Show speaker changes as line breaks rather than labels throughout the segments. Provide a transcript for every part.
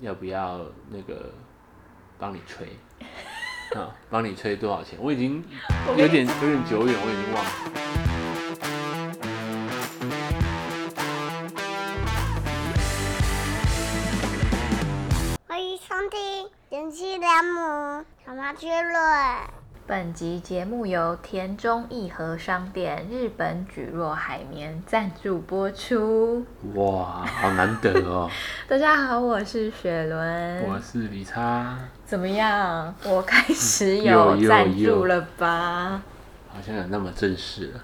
要不要那个帮你 吹？啊，帮你吹多少钱？我已经有点有点久远，我已经忘了。
欢迎收听贤妻良母小妈之论。
本集节目由田中义和商店日本蒟蒻海绵赞助播出。
哇，好难得哦！
大家好，我是雪
我嗯
伦。
是李叉，
怎么样？我开始
有
有
有
赞助了吧？
好像有那么正式了。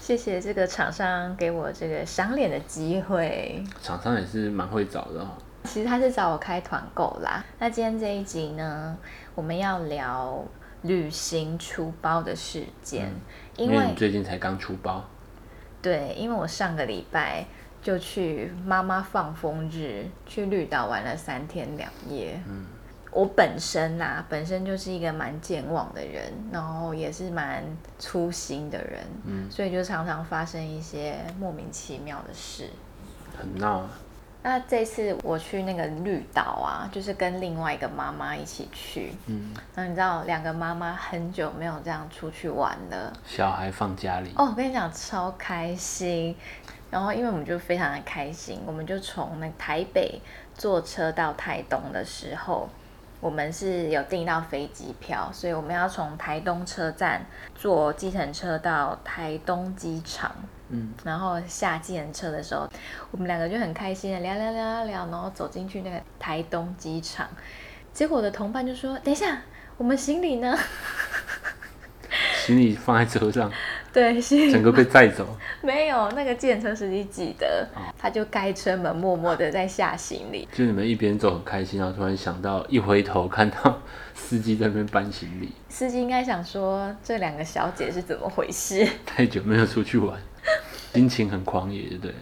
谢谢这个厂商给我这个赏脸的机会。
厂商也是蛮会找的哦。
其实他是找我开团购啦。那今天这一集呢，我们要聊旅行出包的事件，
嗯
因
因
为
为你最近才刚出包，
对，因为我上个礼拜就去妈妈放风日去绿岛玩了三天两夜。嗯，我本身呐、本身就是一个蛮健忘的人，然后也是蛮粗心的人，嗯，所以就常常发生一些莫名其妙的事。
很闹啊。
那这次我去那个绿岛啊，就是跟另外一个妈妈一起去，嗯，那你知道两个妈妈很久没有这样出去玩了，
小孩放家里，
哦，我跟你讲超开心。然后因为我们就非常的开心，我们就从那台北坐车到台东的时候，我们是有订到飞机票，所以我们要从台东车站坐计程车到台东机场。
嗯，
然后下计程车的时候，我们两个就很开心的聊聊聊聊聊，然后走进去那个台东机场，结果我的同伴就说：“等一下，我们行李呢
行李放在车 上，？”
对，行李
整个被载走。
没有，那个计程车司机记得，
哦
他就开车门默默的在下行李。
就你们一边走很开心，然后突然想到，一回头看到司机在那边搬行李，
司机应该想说这两个小姐是怎么回事，
太久没有出去玩， 心情很狂野，就对了。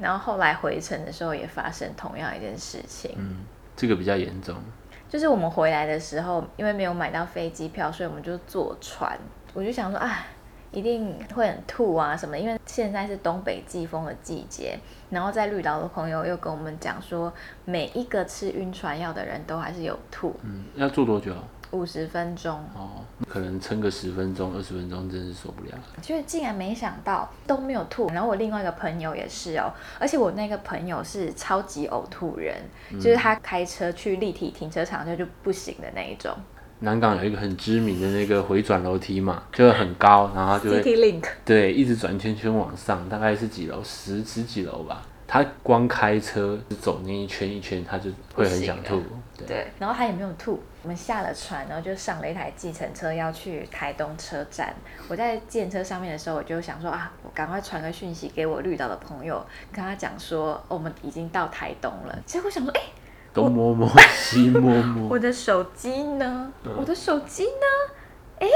然后后来回程的时候也发生同样一件事情，
嗯，这个比较严重。
就是我们回来的时候，因为没有买到飞机票，所以我们就坐船。我就想说啊，一定会很吐啊什么的，因为现在是东北季风的季节。然后在绿岛的朋友又跟我们讲说，每一个吃晕船药的人都还是有吐，
嗯，要坐多久？
五十分钟。
哦，可能撑个十分钟、二十分钟，真是受不了。
就是竟然没想到都没有吐，然后我另外一个朋友也是哦，而且我那个朋友是超级呕吐人，就是他开车去立体停车场就就不行的那一种。
南港有一个很知名的那个回转楼梯嘛，就很高，然后它就会
City Link，
对一直转圈圈往上，大概是几楼？十十几楼吧。他光开车走那一圈一圈，他就会很想吐
不行。啊
对，
对，然后他也没有吐。我们下了船，然后就上了一台计程车要去台东车站。我在计程车上面的时候，我就想说啊，我赶快传个讯息给我绿岛的朋友，跟他讲说、哦我们已经到台东了。结果想说，哎、
东摸摸西摸摸
我，的手机呢？我的手机呢？哎，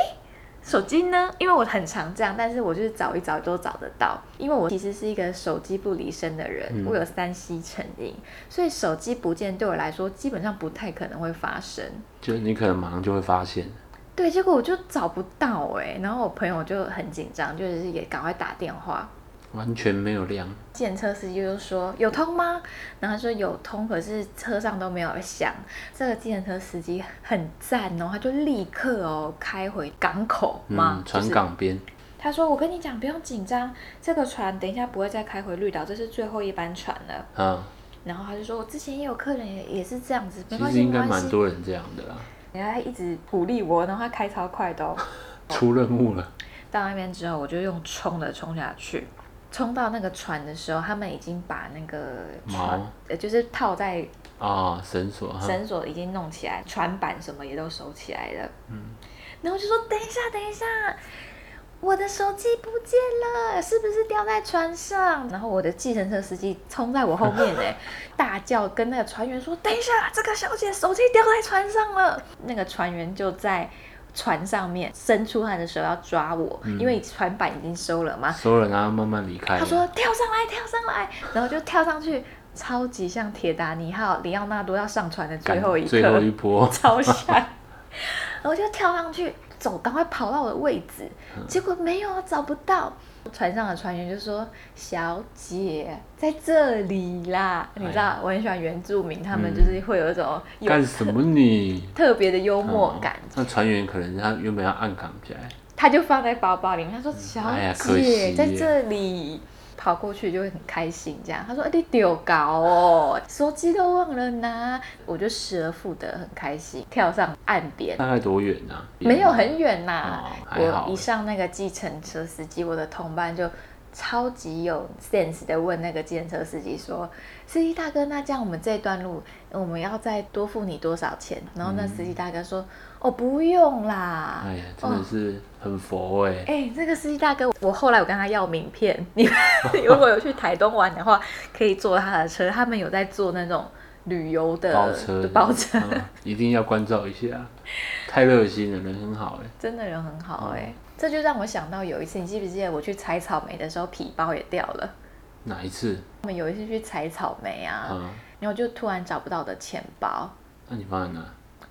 手机呢？因为我很常这样，但是我就是找一找都找得到。因为我其实是一个手机不离身的人，我有三 C 成瘾，所以手机不见对我来说基本上不太可能会发生。
就你可能马上就会发现，
对，结果我就找不到哎、然后我朋友就很紧张，就是也赶快打电话。
完全没有亮。
检车司机就说有通吗？然后他说有通，可是车上都没有响。这个计程车司机很赞哦，他就立刻哦开回港口嘛，
嗯，船
就是
港边，
他说我跟你讲，不用紧张，这个船等一下不会再开回绿岛，这是最后一班船了。
啊，
然后他就说，哦我之前也有客人也也是这样子，没
其
关
实
系，
应
没
该
关
蛮
系。
多人这样的啦。
然后他一直鼓励我，然后他开超快的哦。
出任务了，
到那边之后，我就用冲的冲下去，冲到那个船的时候，他们已经把那个船
毛，
呃，就是套在
啊，绳索哈，
绳索已经弄起来，船板什么也都收起来了。嗯，然后我就说等一下，等一下，我的手机不见了，是不是掉在船上？然后我的计程车司机冲在我后面呢、大叫跟那个船员说：“等一下，这个小姐手机掉在船上了。”那个船员就在。船上面伸出他的手要抓我，因为船板已经收了嘛，
所有人然后慢慢离开。
他说跳上来，跳上来，然后就跳上去，超级像铁达尼号里奥纳多要上船的最
赶
后一刻，，
最后一波
超像。然后就跳上去，走，赶快跑到我的位置。
嗯
结果没有啊，找不到。船上的船员就说：“小姐，在这里啦！”
哎
你知道，我很喜欢原住民，他们就是会有一种
嗯
有
干什么 你？
特别的幽默感。
嗯那船员可能他原本要暗扛起来，
他就放在包包里面，他说：“小
哎呀可惜
姐，
耶
在这里。”跑过去就会很开心，这样。他说：“哎、你丢搞哦，手机都忘了拿。”我就失而复得，很开心，跳上岸边。
大概多远啊？
没有很远呐、
哦还好
我一上那个计程车司机，我的同伴就超级有 sense 的问那个计程车司机说：“司机大哥，那这样我们这段路我们要再多付你多少钱？”然后
嗯
那司机大哥说：“哦，不用啦。
哎呀，真的是很佛哎、
哦哎、这个司机大哥，我后来我跟他要名片。 你们如果有去台东玩的话，可以坐他的车，他们有在做那种旅游的
包车，
呃包车，
嗯一定要关照一 下，太热心了，人很好哎、
真的人很好哎、这就让我想到有一次，你记不记得我去采草莓的时候，皮包也掉了。
哪一次
我们有一次去采草莓啊，
啊？
然后就突然找不到我的钱包，
那你放在哪？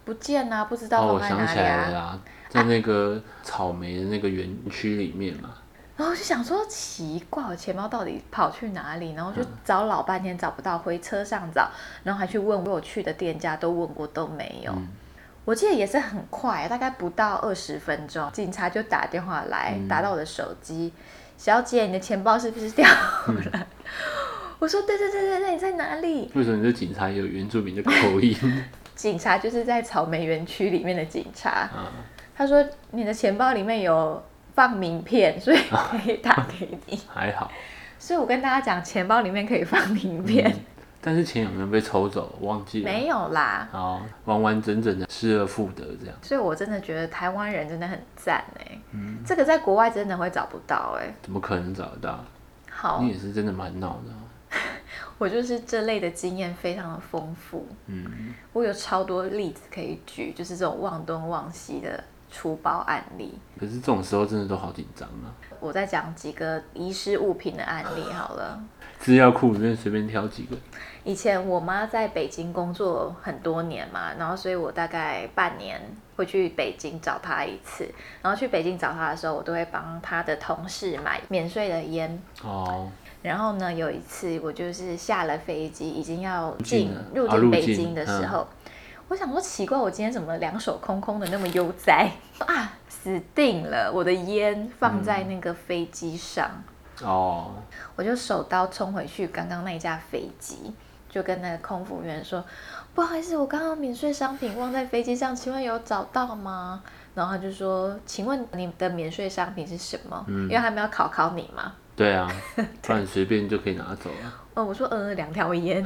不见啦、不知道
哦，我
放在
想
哪
起
里
来了
啊。
啦，在那个草莓的那个园区里面嘛，
然后我就想说奇怪，我钱包到底跑去哪里？然后就找老半天找不到，回车上找，然后还去问我去的店家，都问过都没有。我记得也是很快，大概不到二十分钟，警察就打电话来，打到我的手机，小姐，你的钱包是不是掉了？ 我说对对对对对，你在哪里？
为什么你这警察也有原住民的口音
警察就是在草莓园区里面的警察。
啊？
他说你的钱包里面有放名片，所以可以打给你。
还 好，
所以我跟大家讲，钱包里面可以放名片，
嗯但是钱有没有被抽走？忘记了。
没有啦。
好，完完整整的失而复得这样。
所以我真的觉得台湾人真的很赞哎、
嗯
这个在国外真的会找不到哎、
怎么可能找得到？
好
你，也是真的蛮闹的哦、
我就是这类的经验非常的丰富，
嗯，
我有超多例子可以举，就是这种忘东忘西的出包案例。
可是这种时候真的都好紧张啊！
我再讲几个遗失物品的案例好了。
资料库里面随便挑几个，
以前我妈在北京工作很多年嘛，然后所以我大概半年会去北京找她一次。然后去北京找她的时候，我都会帮她的同事买免税的烟。
哦，
然后呢，有一次我就是下了飞机，已经要进
了
入
啊入
境北
境嗯
京的时候，我想说奇怪，我今天怎么两手空空的那么悠哉 啊？死定了，我的烟放
嗯
在那个飞机上。
哦，
我就手刀冲回去刚刚那一架飞机，就跟那个空服员说：“不好意思，我刚刚免税商品忘在飞机上，请问有找到吗？”然后他就说：“请问你的免税商品是什么？”因为他们要考考你嘛。
对 啊，不然随便就可以拿走啊了。
哦，我说嗯，两条烟，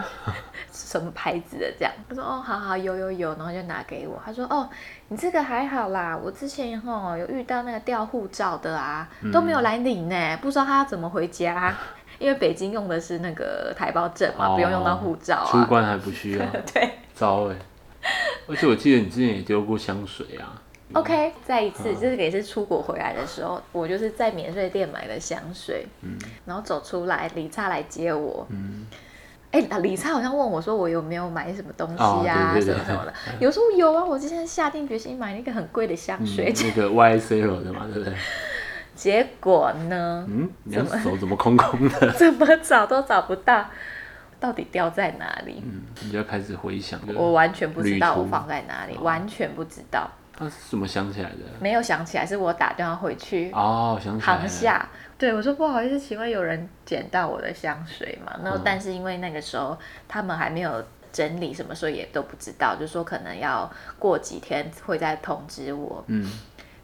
什么牌子的这样？他说哦，好好，有有有，然后就拿给我。他说哦，你这个还好啦，我之前吼有遇到那个掉护照的啊，都
嗯
没有来领呢，不知道他怎么回家，因为北京用的是那个台胞证嘛，
哦
不用用到护照
出
啊。
关还不需 要，
对
糟哎、而且我记得你之前也丢过香水啊，
，OK，再一
嗯
次，这个也是出国回来的时候，我就是在免税店买的香水，然后走出来，李灿来接我，
嗯，
哎、李灿好像问我说我有没有买什么东西
哦
呀、
对对
什
对
么什么的。有时候有啊，我之前下定决心买那个很贵的香
嗯
水，
那个 YSL 的嘛，对不对？
结果呢，
嗯，你的手怎么空空的？
怎么找都找不到，到底掉在哪里？
嗯，你就要开始回想了。
我完全不知
旅
道
途哦
我放在哪里，完全不知道，
他是怎么想起来的？
没有想起来，是我打电话回去
哦，想起来
航
了。
下，对我说不好意思，请问有人捡到我的香水吗？然后
嗯
但是因为那个时候他们还没有整理什么，所以也都不知道，就说可能要过几天会再通知我。
嗯，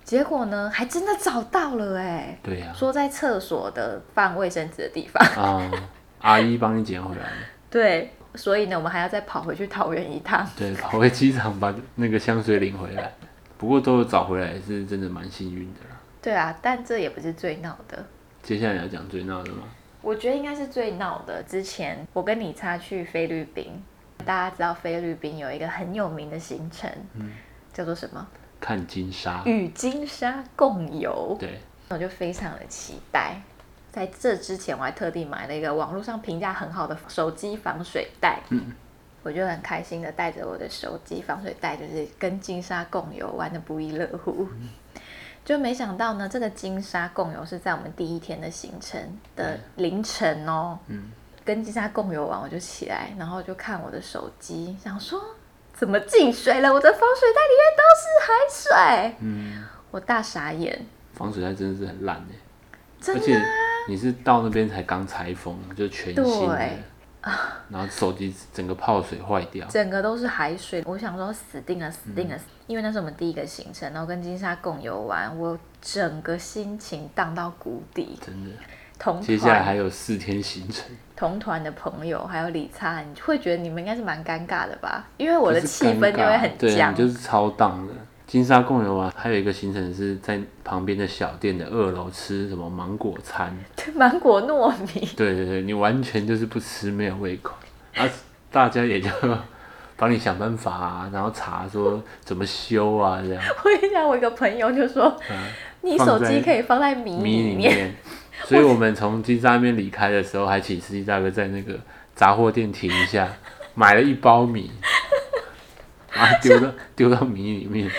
结果呢，还真的找到了哎、
对呀、
说在厕所的放卫生纸的地方，
啊。阿姨帮你捡回来了。
对，所以呢，我们还要再跑回去桃园一趟。
对，跑回机场把那个香水领回来。不过都有找回来，是真的蛮幸运的啦。
对啊，但这也不是最闹的。
接下来要讲最闹的吗？
我觉得应该是最闹的。之前我跟你差去菲律宾，大家知道菲律宾有一个很有名的行程，叫做什么？
看金沙。
与金沙共游。
对，
我就非常的期待。在这之前，我还特地买了一个网络上评价很好的手机防水袋。
嗯
我就很开心的
嗯
带着我的手机防水袋，就是跟金沙共游，玩的不亦乐乎。就没想到呢，这个金沙共游是在我们第一天的行程的凌晨哦，
嗯，
跟金沙共游完我就起来，然后就看我的手机，想说怎么进水了？我的防水袋里面都是海水，
嗯，
我大傻眼，
防水袋真的是很烂哎、
真
而
的
且
啊
你是到那边才刚拆封，就全新的
对，
然后手机整个泡水坏掉，
整个都是海水，我想说死定了，死
嗯
定了，因为那是我们第一个行程，然后跟金沙共游完，我整个心情荡到谷底，
真的。
同
接下来
团
还有四天行程，
同团的朋友还有李灿，你会觉得你们应该是蛮尴尬的吧？因为我的
可是
气氛
尴
就会
尬
很
对，
僵
你，就是超荡的。金沙共游啊，还有一个行程是在旁边的小店的二楼吃什么芒果 餐，
对芒果糯米，
对对对，你完全就是不吃没有胃口，啊，大家也就帮你想办法啊，然后查说怎么修啊这样，
我跟你讲，我一个朋友就说，你
放
手
在
机可以放在米
迷
里
里
嗯面，
面。所以我们从金沙那边离开的时候，还请司机大哥在那个杂货店停一下，买了一包米，把 它丢到丢到米里面。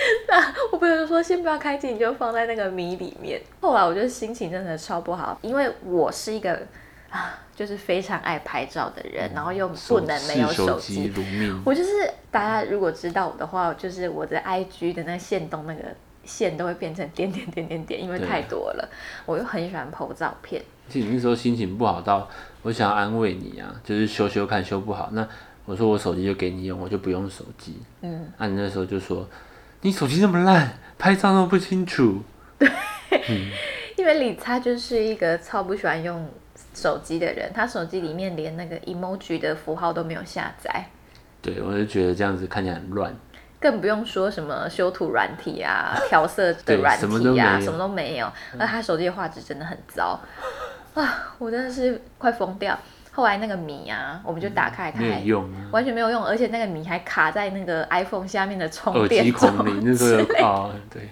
我朋友就说先不要开机，你就放在那个米里面。后来我就心情真的超不好，因为我是一个啊，就是非常爱拍照的人，然后又不能没有
视
嗯手
机
机。
如命，
我就是大家如果知道我的话，就是我的 IG 的那线动那个线都会变成点点点点点，因为
对
太多了。我又很喜欢 PO 照片，
而且你那时候心情不好到，我想要安慰你啊，就是修修看修不好，那我说我手机就给你用，我就不用手机。
嗯，
啊，你那时候就说你手机那么烂，拍照那么不清楚，
因为理查就是一个超不喜欢用手机的人，他手机里面连那个 emoji 的符号都没有下载。
对我就觉得这样子看起来很乱。
更不用说什么修图软 体啊、调色的
对
软
什么都没
体啊，
有嗯
什么都没有。那他手机的画质真的很糟啊！我真的是快疯掉。后来那个米啊，我们就打开它
嗯没有
还
用啊
完全没有用，而且那个米还卡在那个 iPhone 下面的充
耳机
哦电
孔
中
里，那时候有
之类
啊、对，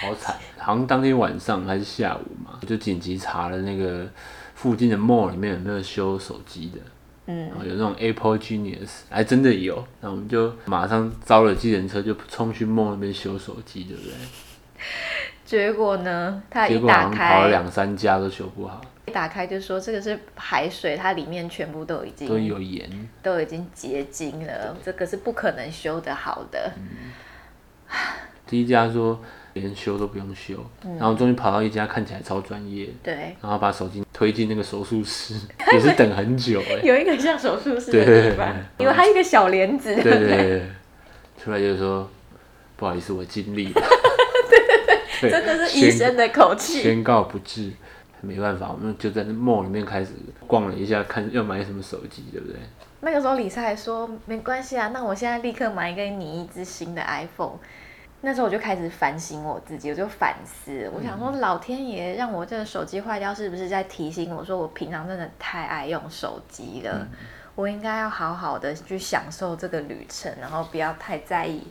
好惨。好像当天晚上还是下午嘛，我就紧急查了那个附近的 mall 里面有没有修手机的，
嗯
然后有那种 Apple Genius，还真的有。那我们就马上招了计程车，就冲去 mall 那边修手机，对不对？
结果呢，它
结
哎一
果好
打
像跑了
开，
两三家都修不好，
一打开就说这个是海水，它里面全部都已经
都有盐。
都已经结晶了，这个是不可能修得好的。
嗯第一家说连修都不用修，
嗯
然后终于跑到一家看起来超专业的，
对，
然后把手机推进那个手术室， 也是等很久哎、
有一个像手术室
对
的
对
地
对
方
对，
因为它一个小帘子，
对对对对，出来就说不好意思，我尽 力了。对对对，
真的是医生的口气。
宣告不治，没办法，我们就在那 mall 里面开始逛了一下，看要买什么手机，对不对？
那个时候李莎还说没关系啊，那我现在立刻买给你一只新的 iPhone。那时候我就开始反省我自己，我就反思，我想说老天爷让我这个手机坏掉，是不是在提醒我说我平常真的太爱用手机了？我应该要好好的去享受这个旅程，然后不要太在意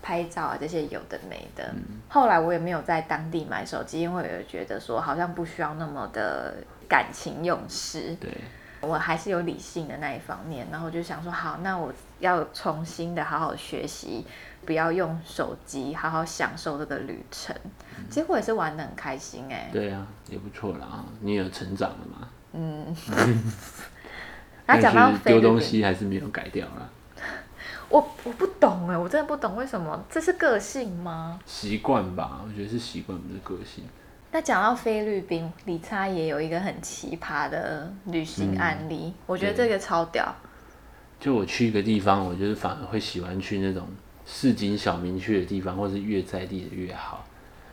拍照啊这些有的没的。后来我也没有在当地买手机，因为我觉得说好像不需要那么的感情用事。
对，
我还是有理性的那一方面，然后我就想说，好，那我要重新的好好学习，不要用手机，好好享受这个旅程。
嗯
结果也是玩的很开心哎、
对啊，也不错啦，你也有成长了嘛。
那讲到
但是
菲
丢
律
东
宾，
西还是没有改掉啦，
我我不懂哎、我真的不懂为什么，这是个性吗？
习惯吧，我觉得是习惯，不是个性。
那讲到菲律宾，李差也有一个很奇葩的旅
嗯
行案例，我觉得这个超屌。
就我去一个地方，我就是反而会喜欢去那种市井小民去的地方，或是越在地的越好。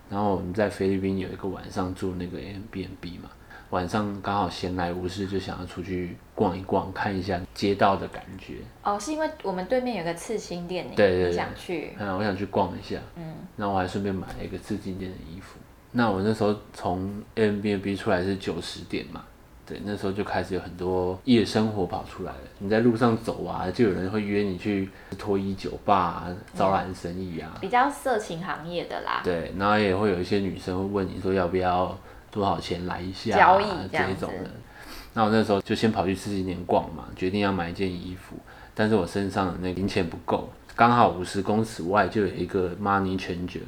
然后我们在菲律宾有一个晚上住那个 Airbnb 嘛，晚上刚好闲来无事，就想要出去逛一逛，看一下街道的感觉。
哦，是因为我们对面有个刺青店，你
对对对
你想去？
嗯，我想去逛一下。嗯，那我还顺便买了一个刺青店的衣服。那我那时候从 Airbnb 出来是九十点嘛，对，那时候就开始有很多夜生活跑出来了。你在路上走啊，就有人会约你去脱衣酒吧、啊、招揽生意啊。
比较色情行业的啦，
对，然后也会有一些女生会问你说要不要多少钱来一下、啊、
交易这
这
样
一种的。那我那时候就先跑去四季年逛嘛，决定要买一件衣服，但是我身上的那个零钱不够，刚好五十公尺外就有一个 money changer，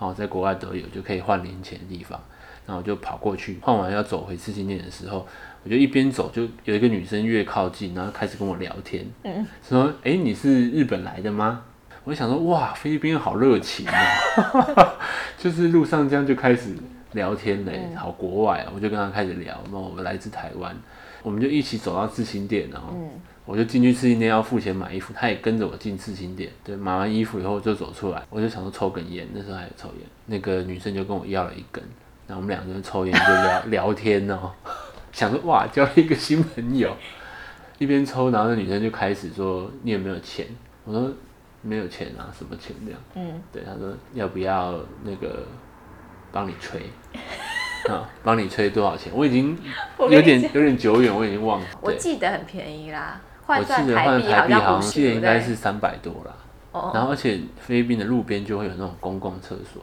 然哦，在国外都有，就可以换零钱的地方。然后我就跑过去，换完要走回刺青店的时候，我就一边走，就有一个女生越靠近，然后开始跟我聊天，
嗯
说：“哎、你是日本来的吗？”我就想说：“哇，菲律宾人好热情啊！”就是路上这样就开始聊天嘞，好国外、啊，我就跟他开始聊，那我们来自台湾，我们就一起走到刺青店，然后
嗯
我就进去刺青店要付钱买衣服，他也跟着我进刺青店，对，买完衣服以后就走出来，我就想说抽根烟，那时候还有抽烟，那个女生就跟我要了一根，然后我们两个人抽烟就聊 聊天哦，想说哇，交了一个新朋友，一边抽，然后那女生就开始说你有没有钱？我说没有钱啊，什么钱这样。
嗯，
对，他说要不要那个帮你吹 啊？帮你吹多少钱？我已经
我跟
有
你
点
讲
有点久远，我已经忘了。
我
对，
记得很便宜啦，
我
换算
记得换
币
台币好
像
像
五十，
记得
对
应
不
该
对？
是三百多啦。
哦
然后而且菲律宾的路边就会有那种公共厕所，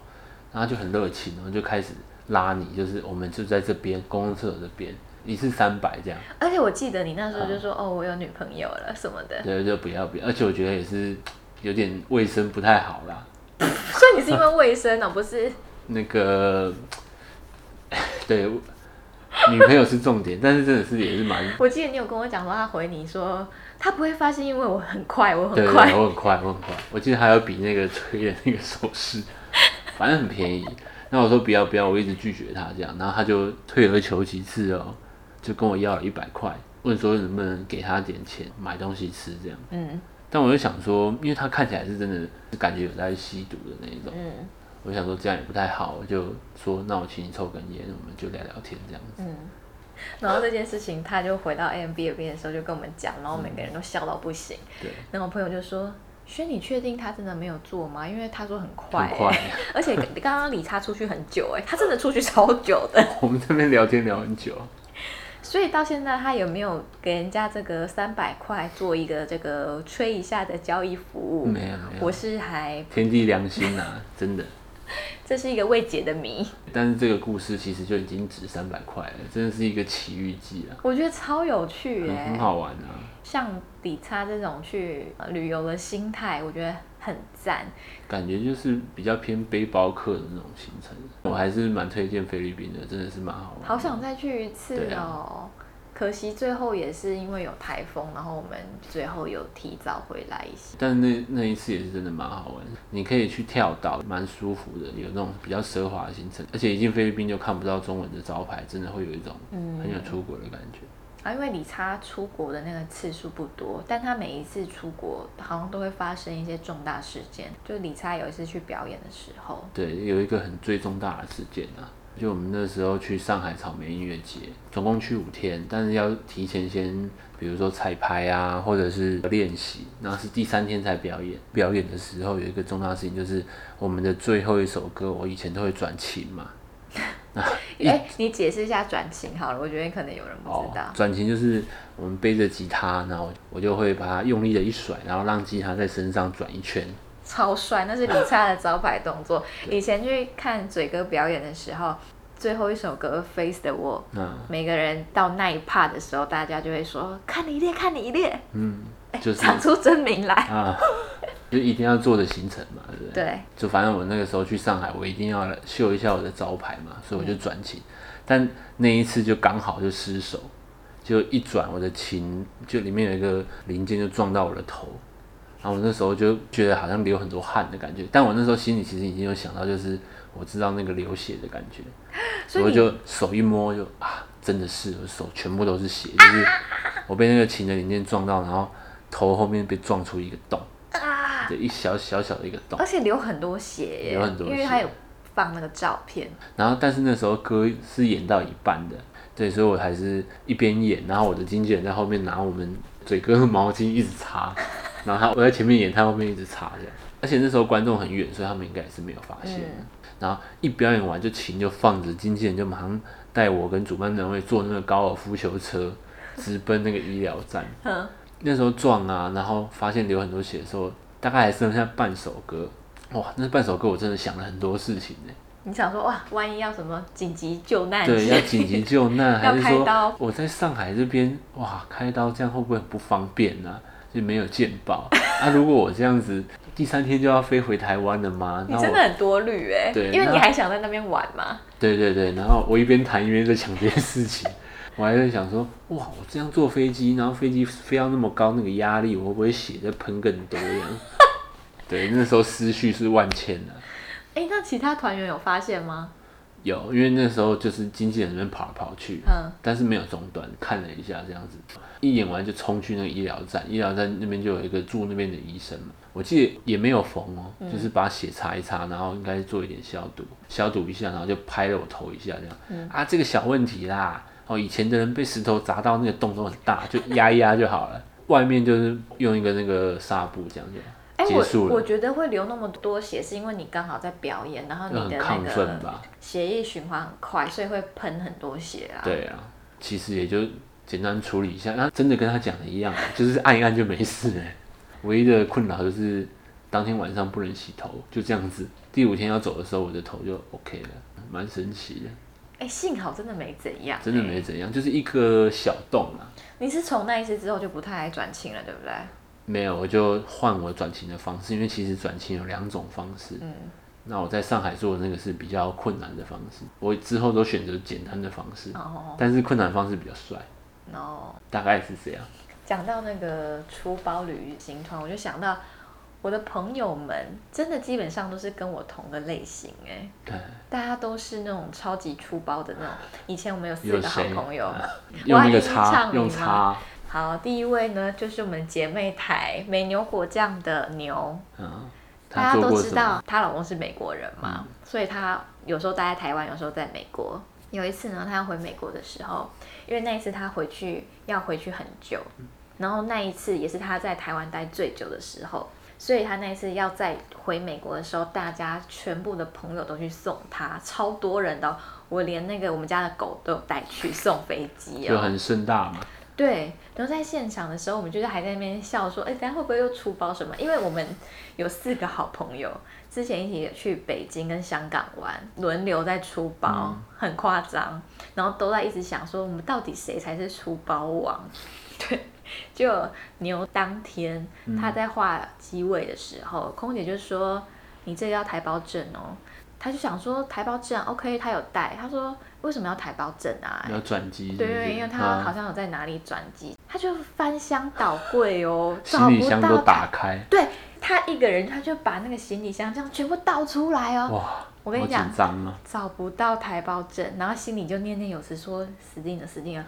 然后就很热情，然后就开始拉你，就是我们就在这边公共厕所这边，一次三百这样。
而且我记得你那时候就说、哦，我有女朋友了什么的，
嗯对，就不要不要，而且我觉得也是有点卫生不太好啦。
所以你是因为卫生哦，不是？
那个， 对，女朋友是重点，但是真的是也是蛮，
我记得你有跟我讲说，他回你说他不会发现，因为我很快，我
对对，
很快。
我很快，我很快，我记得还有比那个吹的那个手势， 反正很便宜。那我说不要不要，我一直拒绝他这样，然后他就退而求其次哦，就跟我要了一百块，问说能不能给他点钱买东西吃这样。
嗯
但我就想说，因为他看起来是真的是感觉有在吸毒的那一种，
嗯
我想说这样也不太好，我就说那我请你抽根烟，我们就聊聊天这样子。
嗯。然后这件事情，他就回到 AMB 那边的时候，就跟我们讲，然后每个人都笑到不行。
对，
然后我朋友就说：“轩，你确定他真的没有做吗？因为他嗯说很快、
很快。
而且刚刚理查出去很久、哎，他真的出去超久的。
我们这边聊天聊很久，
所以到现在，他有没有给人家这个三百块做一个这个吹一下的交易服务？
没有没有
我是还
天地良心啊，真的。
这是一个未解的谜，
但是这个故事其实就已经值三百块了，真的是一个奇遇记啊，
我觉得超有趣
很
耶、
很好玩啊。
像理查这种去呃旅游的心态，我觉得很赞。
感觉就是比较偏背包客的那种行程，我还是蛮推荐菲律宾的，真的是蛮好玩的。
好想再去一次
对啊
哦、可惜最后也是因为有台风，然后我们最后有提早回来一些。
但那那一次也是真的蛮好玩的，你可以去跳岛，蛮舒服的，有那种比较奢华的行程，而且一进菲律宾就看不到中文的招牌，真的会有一种
嗯
很有出国的感觉。
啊，因为理查出国的那个次数不多，但他每一次出国好像都会发生一些重大事件。就理查有一次去表演的时候，
对，有一个很最重大的事件啊，就我们那时候去上海草莓音乐节，总共去五天，但是要提前先，比如说彩排啊，或者是练习，然后是第三天才表演。表演的时候有一个重大事情，就是我们的最后一首歌，我以前都会转琴嘛，
哎、你解释一下转型好了，我觉得可能有人不知道。
哦转琴就是我们背着吉他，然后我就会把它用力的一甩，然后让吉他在身上转一圈。
超帅，那是李灿的招牌 动作。以前去看嘴哥表演的时候，最后一首歌《Face the Wall》，
那
每个人到那一 part 的时候，大家就会说：“看你一列，看你一列，
嗯，就是
哎唱出真名来。
啊，就一定要做的行程嘛，对不对？
对，
就反正我那个时候去上海，我一定要来秀一下我的招牌嘛，所
嗯
以我就转琴，但那一次就刚好就失手，就一转我的琴就里面有一个零件就撞到我的头，然后我那时候就觉得好像流很多汗的感觉，但我那时候心里其实已经有想到，就是我知道那个流血的感觉，
所以
我
你
就手一摸就啊，真的是我手全部都是血，就是我被那个琴的零件撞到，然后头后面被撞出一个洞，
啊！
对，一小小小的一个洞
而。且流很多血耶，
流很多血
因为他有放那个照片。
然后但是那时候歌是演到一半的，对，所以我还是一边演，然后我的经纪人在后面拿我们嘴哥的毛巾一直擦，然后他我在前面演，他后面一直擦这样。而且那时候观众很远，所以他们应该也是没有发现。然后一表演完就琴就放着，经纪人就马上带我跟主办单位坐那个高尔夫球车，直奔那个医疗站。
嗯，
那时候撞啊，然后发现流很多血的时候，大概还剩下半首歌。哇，那半首歌我真的想了很多事情呢、
你想说哇，万一要什么紧急救难？
对，要紧 急救难，
要
还是
开
说
刀
我在上海这边 哇，开刀这样会不会很不方便呢、就没有健保啊啊？如果我这样子第三天就要飞回台湾了吗？
你
那
真的
我
很多虑哎、
对
因为
那
你还想在那边玩嘛。
对对对，然后我一边谈一边在想这件事情，我还在想说，哇，我这样坐飞机，然后飞机飞到那么高，那个压力，我会不会血再喷更多这样？ 对，那时候思绪是万千的、
哎、那其他团员有发现吗？
有，因为那时候就是经纪人那边跑来跑去，
嗯
但是没有中断，看了一下这样子，一演完就冲去那个医疗站，医疗站那边就有一个住那边的医生嘛，我记得也没有缝哦，
嗯
就是把血擦一擦，然后应该是做一点消毒，消毒一下，然后就拍了我头一下这样，
嗯
啊，这个小问题啦，哦，以前的人被石头砸到那个洞都很大，就压一压就好了， 外面就是用一个那个纱布这样
哎、
就结
我
束了，
我觉得会流那么多血，是因为你刚好在表演，然后你
就很
的
亢
那
奋
个
吧。
血液循环很快，所以会喷很多血啊。
对啊，其实也就简单处理一下，那真的跟他讲的一样， 就是按一按就没事了。唯一的困扰就是当天晚上不能洗头，就这样子。第五天要走的时候，我的头就 OK 了，蛮神奇的，
哎、幸好真的没怎样、
真的没。怎样，就是一个小洞啊。
你是从那一次之后就不太爱转青了，对不对？
没有，我就换我转型的方式，因为其实转型有两种方式。嗯，那我在上海做的那个是比较困难的方式，我之后都选择简单的方式，
哦，
但是困难方式比较帅，
然后
大概是这样。
讲到那个出包旅行团，我就想到我的朋友们，真的基本上都是跟我同个类型哎、
对，
大家都是那种超级粗包的那种。以前我们有四
有
个好
谁啊
朋友，
用那
我要
个
一一唱啊
叉，
你
用
吗
叉，
好，第一位呢就是我们姐妹台美牛果酱的牛，
嗯，
大
他
家
做
都
过
知
什么？嗯
道她老公是美国人嘛，所以她有时候待在台湾，有时候在美国。有一次呢，她要回美国的时候，因为那一次她回去要回去很久，
嗯
然后那一次也是她在台湾待最久的时候，所以她那一次要在回美国的时候，大家全部的朋友都去送她，超多人的哦、我连那个我们家的狗都有带去送飞机
就
哦，
很盛大嘛，
对，然后在现场的时候，我们就是还在那边笑说，哎，等下会不会又出包什么？因为我们有四个好朋友，之前一起去北京跟香港玩，轮流在出包，很夸张，然后都在一直想说，我们到底谁才是出包王？ 对，就牛当天他在画机位的时候，空姐就说：“你这个要台胞证哦。”他就想说台胞证啊 OK，他有带，他说为什么要台胞证啊？
要转机是不
对
是，
对，因为他
啊
好像有在哪里转机，他就翻箱倒柜哦，找
行李
不
箱
到
都
他。
打开，
对他一个人，他就把那个行李箱这样全部倒出来哦，
哇，
我跟你
好
讲
紧张啊，
找不到台胞证，然后心里就念念有词说死定了死定了，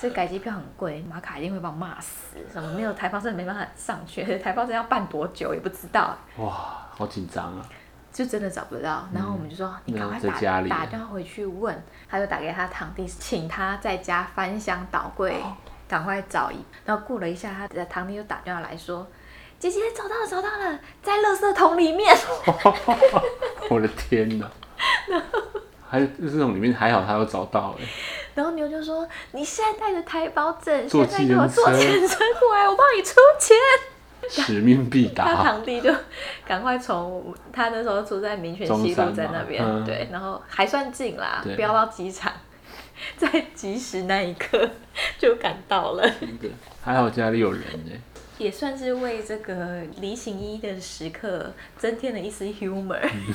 这改机票很贵，马卡一定会把我骂死，什么没有台胞证没办法上去，台胞证要办多久也不知道，
哇，好紧张啊，
就真的找不到。然后我们就说、你赶快
嗯在
打
家里
打电话回去问，他就打给他堂弟，请他在家翻箱倒柜，
哦
赶快找一。然后过了一下，他的堂弟就打电话来说：“姐姐找到了，找到了，在垃圾桶 里面。
我的天 哪，还有这种里面还好他有找到 哎、”
然后牛就说：“你现在带着台胞证，
坐
现在给我
计程车
坐检车过来，我帮你出钱。”
使命必
他
达，
堂弟就赶快从他那时候住在民权西路，在那边、
中山嘛嗯
对，然后还算近啦
对，
飙到机场， 在及时那一刻就赶到了，
对还好家里有人哎、
也算是为这个离行医的时刻增添了一丝 humor，、
嗯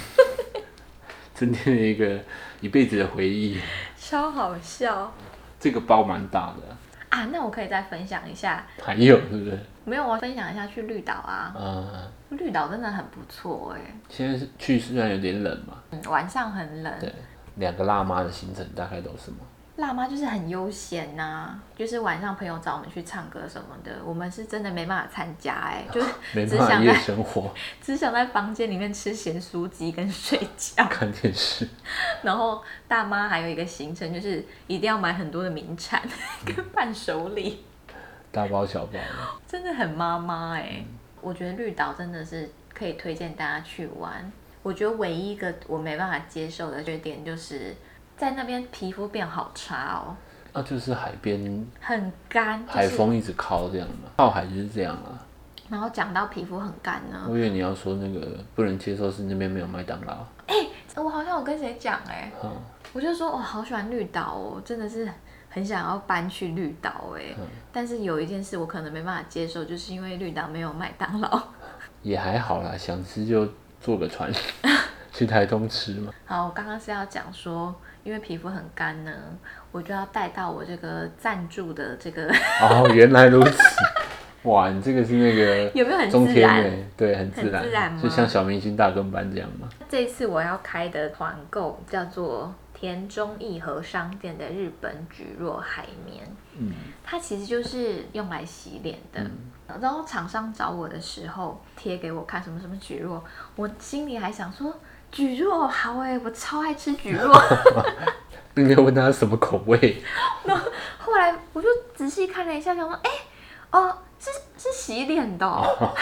增添了一个一辈子的回忆。
超好笑
这个包蛮大的，
啊！那我可以再分享一下，
还有是不是？
没有我分享一下去绿岛啊，
嗯，
绿岛真的很不错哎、
现在是去虽然有点冷嘛，
嗯，晚上很冷，
对，两个辣妈的行程大概都是什么？
辣妈就是很悠闲呐、就是晚上朋友找我们去唱歌什么的，我们是真的没办法参加哎、 就是
没
只
办法
想
夜
在
生活，
只想在房间里面吃咸酥鸡跟睡觉。
看电视。
然后大妈还有一个行程就是一定要买很多的名产
嗯
跟伴手礼，
大包小包的，
真的很妈妈哎、
嗯
我觉得绿岛真的是可以推荐大家去玩。我觉得唯一一个我没办法接受的缺点就是在那边皮肤变好差哦，
那、啊就是海边
很干，就是、
海风一直靠这样嘛，靠海就是这样啊。
然后讲到皮肤很干呢，
我以为你要说那个不能接受是那边没有麦当劳，
呃我好像有跟谁讲哎，
嗯
我就说我好喜欢绿岛哦，真的是很想要搬去绿欸嗯岛哎。但是有一件事我可能没办法接受，就是因为绿岛没有麦当劳。
也还好啦，想吃就坐个 船去台东吃嘛。
好，我刚刚是要讲说，因为皮肤很干呢，我就要带到我这个赞助的这个
哦，原来如此，哇，你这个是那个
有没有很
中
自
天
然
欸对，很自
很
然，
自然吗
就像小明星大跟班这样嘛。
这一次我要开的团购叫做田中义和商店的日本菊若海绵，
嗯，
它其实就是用来洗脸的。然后厂商找我的时候贴给我看什么什么菊若，我心里还想说菊若好哎、我超爱吃菊若。
并没有问他什么口味，
后来我就仔细看了一下，想说，哎、哦，是是洗脸的、哦，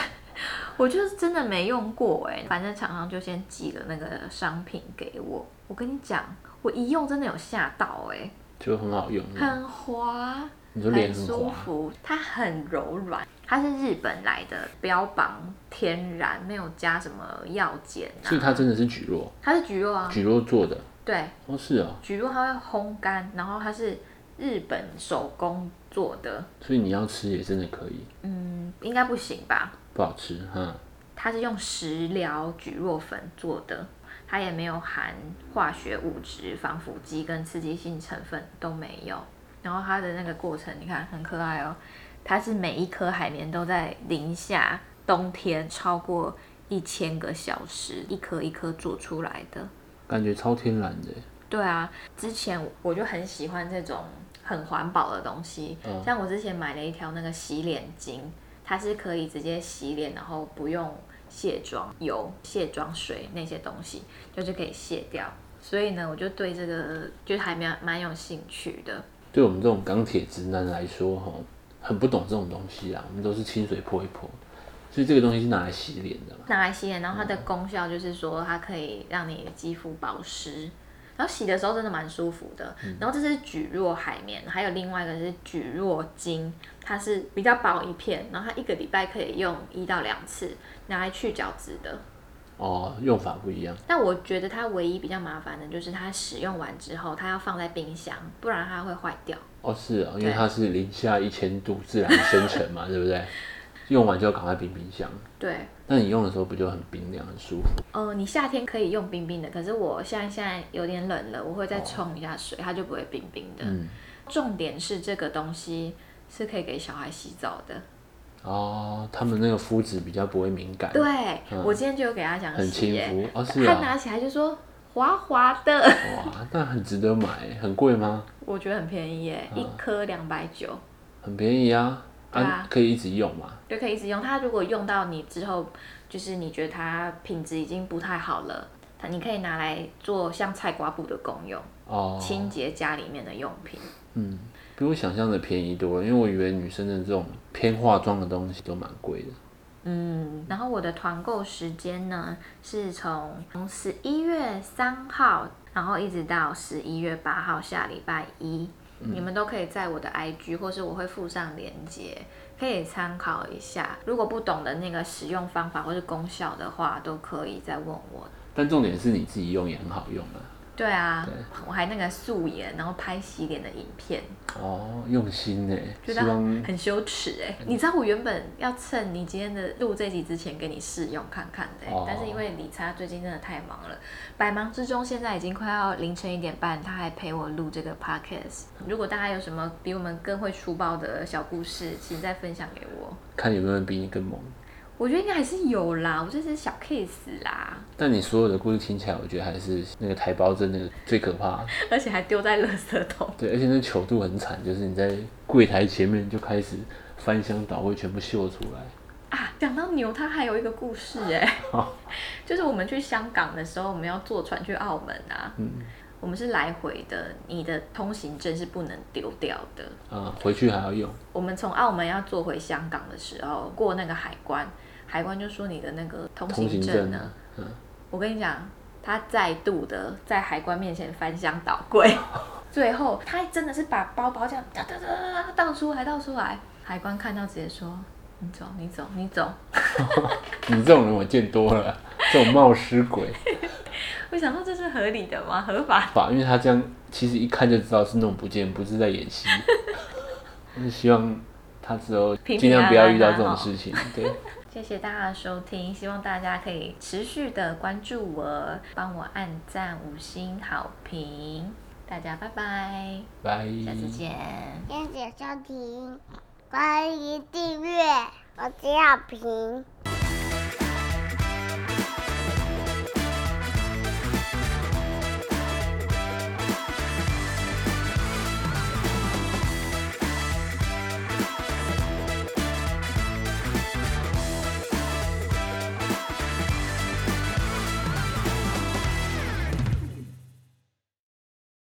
我就是真的没用过哎。反正厂商就先寄了那个商品给我，我跟你讲，我一用真的有吓到哎，
就很好用。
很滑，
你说脸
很
很
舒
滑，
服，它很柔软。它是日本来的，标榜天然，没有加什么药碱啊。
所以它真的是菊若，
它是菊若啊，
菊若做的。
对，
哦，是哦，
菊若它会烘干，然后它是日本手工做的，
所以你要吃也真的可以，
嗯，应该不行吧？
不好吃哈。
它是用食疗菊若粉做的，它也没有含化学物质、防腐剂跟刺激性成分都没有。然后它的那个过程，你看很可爱哦。它是每一颗海绵都在零下冬天超过一千个小时，一颗一颗做出来的。
感觉超天然的，
对啊，之前我就很喜欢这种很环保的东西，
嗯
像我之前买了一条那个洗脸巾，它是可以直接洗脸，然后不用卸妆油、卸妆水那些东西，就是可以卸掉。所以呢，我就对这个就还蛮蛮有兴趣的。
对我们这种钢铁直男来说，哈，很不懂这种东西啊。我们都是清水泼一泼，所以这个东西是拿来洗脸的嘛。
拿来洗脸，然后它的功效就是说它可以让你的肌肤保湿，然后洗的时候真的蛮舒服的。然后这是菊若海绵，还有另外一个是菊若精，它是比较薄一片，然后它一个礼拜可以用一到两次，拿来去角质的。
哦，用法不一样。
但我觉得它唯一比较麻烦的就是它使用完之后，它要放在冰箱，不然它会坏掉。
哦，是啊，因为
对
它是零下一千度自然生成嘛， 对不对？用完就要赶快冰冰箱。
对，
那你用的时候不就很冰凉、很舒服？
呃，你夏天可以用冰冰的，可是我现在现在有点冷了，我会再冲一下水，它就不会冰冰的。
嗯
重点是这个东西是可以给小孩洗澡的。
哦，他们那个肤质比较不会敏感，
对，我今天就有给他讲
哎嗯很
洗
亲
耶、
肤。哦，是
他
啊，
拿起来就说滑滑的，
哇，那很值得买，很贵吗？
我觉得很便宜耶、
嗯
一颗两百九。
很便宜啊，
对啊
可以一直用嘛。
就可以一直用它。如果用到你之后，就是你觉得它品质已经不太好了，它你可以拿来做像菜瓜布的功用，
哦，
清洁家里面的用品。
嗯，比我想象的便宜多了，因为我以为女生的这种偏化妆的东西都蛮贵的。
嗯，然后我的团购时间呢是从十一月三号，然后一直到十一月八号下礼拜一，你们都可以在我的 IG 或是我会附上链接，可以参考一下。如果不懂的那个使用方法或是功效的话，都可以再问我。
但重点是你自己用也很好用啊。
对啊，我还那个素颜，然后拍洗脸的影片，
哦，用心呢，
觉
希
得
望嗯
很羞耻哎、你知道我原本要趁你今天的录这集之前给你试用看看的欸、
哦
但是因为理查最近真的太忙了，百忙之中现在已经快要凌晨一点半，他还陪我录这个 podcast。如果大家有什么比我们更会出包的小故事，请再分享给我。
看有没有人比你更猛。
我觉得应该还是有啦，我这是小 case 啦，
但你所有的故事听起来，我觉得还是那个台胞证那个最可怕。
而且还丢在垃圾桶。
对，而且那糗度很惨，就是你在柜台前面就开始翻箱倒柜，全部秀出来。
啊，讲到牛，它还有一个故事哎、 就是我们去香港的时候，我们要坐船去澳门啊，
嗯
我们是来回的，你的通行证是不能丢掉的。
啊、回去还要用。
我们从澳门要坐回香港的时候，过那个海关，海关就说你的那个通
通行
行证
证
呢
啊，，嗯，
我跟你讲，他再度的在海关面前翻箱倒柜， 最后他真的是把包包这样哒哒哒哒哒倒出来倒出来，海关看到直接说你走你走你走，
你这种人我见多了， 这种冒失鬼。
我想说这是合理的吗？ 合法？
吧，因为他这样其实一看就知道是弄不见，不是在演戏。 我就希望他之后
平平
尽量不要遇到
安安
这
啊
种
哈
事情。对，
今谢谢大家的收听，希望大家可以持续的关注我，帮我按赞五星好评，大家拜拜，
拜，
下次见。
谢谢收听，欢迎订阅，我是小平。